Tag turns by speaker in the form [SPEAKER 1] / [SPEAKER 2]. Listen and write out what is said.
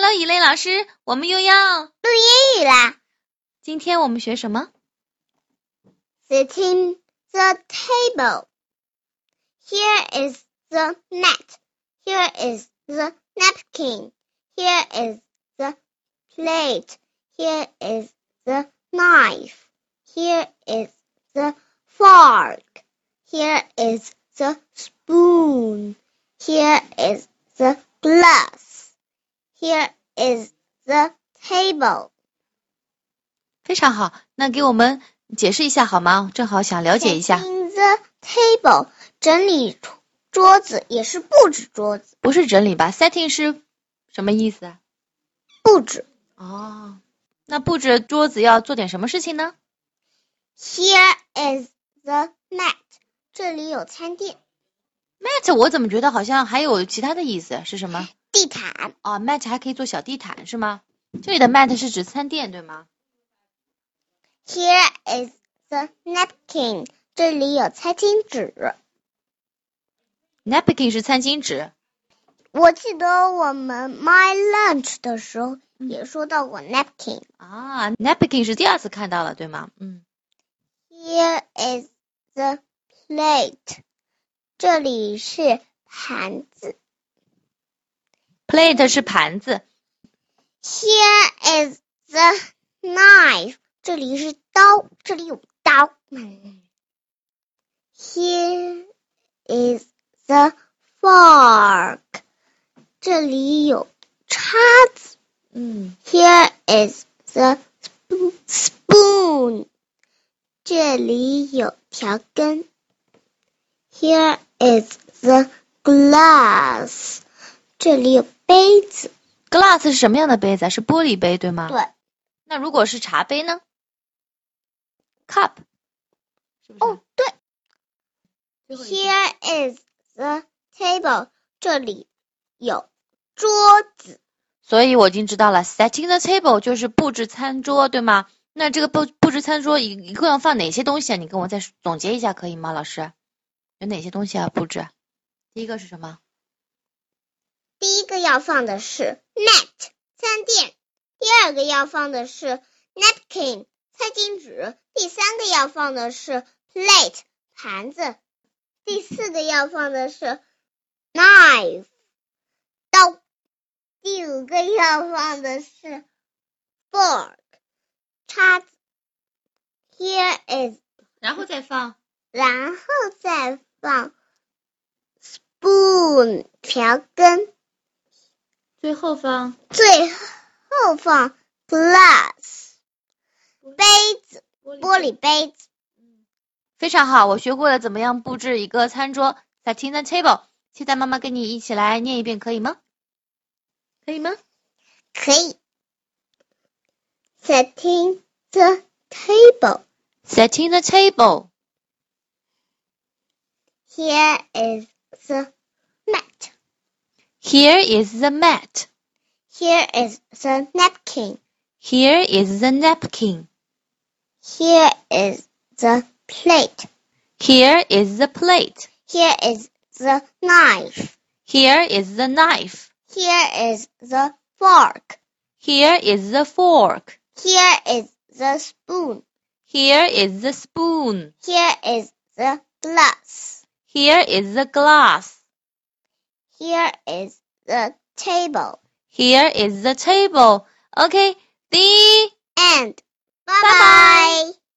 [SPEAKER 1] 喽，以磊老师，我们又要
[SPEAKER 2] 录英语啦
[SPEAKER 1] 今天我们学什么？
[SPEAKER 2] ！Sitting the table. Here is the net. Here is the napkin. Here is the plate. Here is the knife. Here is the fork. Here is the spoon. Here is the glass. Here is the table.
[SPEAKER 1] 非常好，那给我们解释一下好吗？正好想了解一下，
[SPEAKER 2] Setting the table，整理桌桌子也是布置桌子，
[SPEAKER 1] 不是整理吧？setting 是什么意思啊？
[SPEAKER 2] 布置。
[SPEAKER 1] 哦，那布置桌子要做点什么事情呢？
[SPEAKER 2] Here is the mat，这里有餐垫、
[SPEAKER 1] mat 我怎么觉得好像还有其他的意思是什么？
[SPEAKER 2] 地毯。
[SPEAKER 1] 哦，mat 还可以做小地毯是吗？这里的 mat 是指餐垫对吗？
[SPEAKER 2] Here is the napkin，这里有餐巾纸。
[SPEAKER 1] napkin 是餐巾纸，
[SPEAKER 2] 我记得我们 my lunch 的时候
[SPEAKER 1] 嗯
[SPEAKER 2] 也说到过 napkin。
[SPEAKER 1] 啊，napkin 是第二次看到了，对吗？嗯，
[SPEAKER 2] Here is the plate，这里是盘子。
[SPEAKER 1] plate 是盘子
[SPEAKER 2] Here is the knife，这里是刀，这里有刀。嗯 Here is the fork，这里有叉子。
[SPEAKER 1] 嗯
[SPEAKER 2] Here is the spo- spoon，这里有瓢羹。Here is the glass，这里有杯子。
[SPEAKER 1] ，glass 是什么样的杯子啊？是玻璃杯对吗？
[SPEAKER 2] 对。
[SPEAKER 1] 那如果是茶杯呢？cup 是不是？
[SPEAKER 2] 哦，对
[SPEAKER 1] 最后一个
[SPEAKER 2] ，Here is the table，这里有桌子。
[SPEAKER 1] 所以我已经知道了，setting the table 就是布置餐桌，对吗？那这个布布置餐桌一一共要放哪些东西啊？你跟我再总结一下可以吗，老师？有哪些东西要布置？第一个是什么？
[SPEAKER 2] 第一个要放的是 net 餐垫，第二个要放的是 napkin 餐巾纸，第三个要放的是 plate 盘子，第四个要放的是 knife 刀，第五个要放的是 fork 叉子。Here is
[SPEAKER 1] 然后再放
[SPEAKER 2] 然后再放 spoon 瓢羹，
[SPEAKER 1] 最后放
[SPEAKER 2] 最后放 glass 杯子玻璃杯子。
[SPEAKER 1] 非常好，我学会了怎么样布置一个餐桌，setting the table。现在妈妈跟你一起来念一遍，可以吗？可以吗？
[SPEAKER 2] 可以 setting the table.
[SPEAKER 1] Setting the table.
[SPEAKER 2] Here is the mat.
[SPEAKER 1] Here is the mat.
[SPEAKER 2] Here is the napkin.
[SPEAKER 1] Here is the napkin.
[SPEAKER 2] Here is the plate.
[SPEAKER 1] Here is the plate.
[SPEAKER 2] Here is the knife.
[SPEAKER 1] Here is the knife.
[SPEAKER 2] Here is the fork.
[SPEAKER 1] Here is the fork.
[SPEAKER 2] Here is the spoon.
[SPEAKER 1] Here is the spoon.
[SPEAKER 2] Here is the glass.
[SPEAKER 1] Here is the glass.
[SPEAKER 2] Here is the table.
[SPEAKER 1] Here is the table. OK，第一。
[SPEAKER 2] And bye
[SPEAKER 1] Bye-bye.
[SPEAKER 2] bye.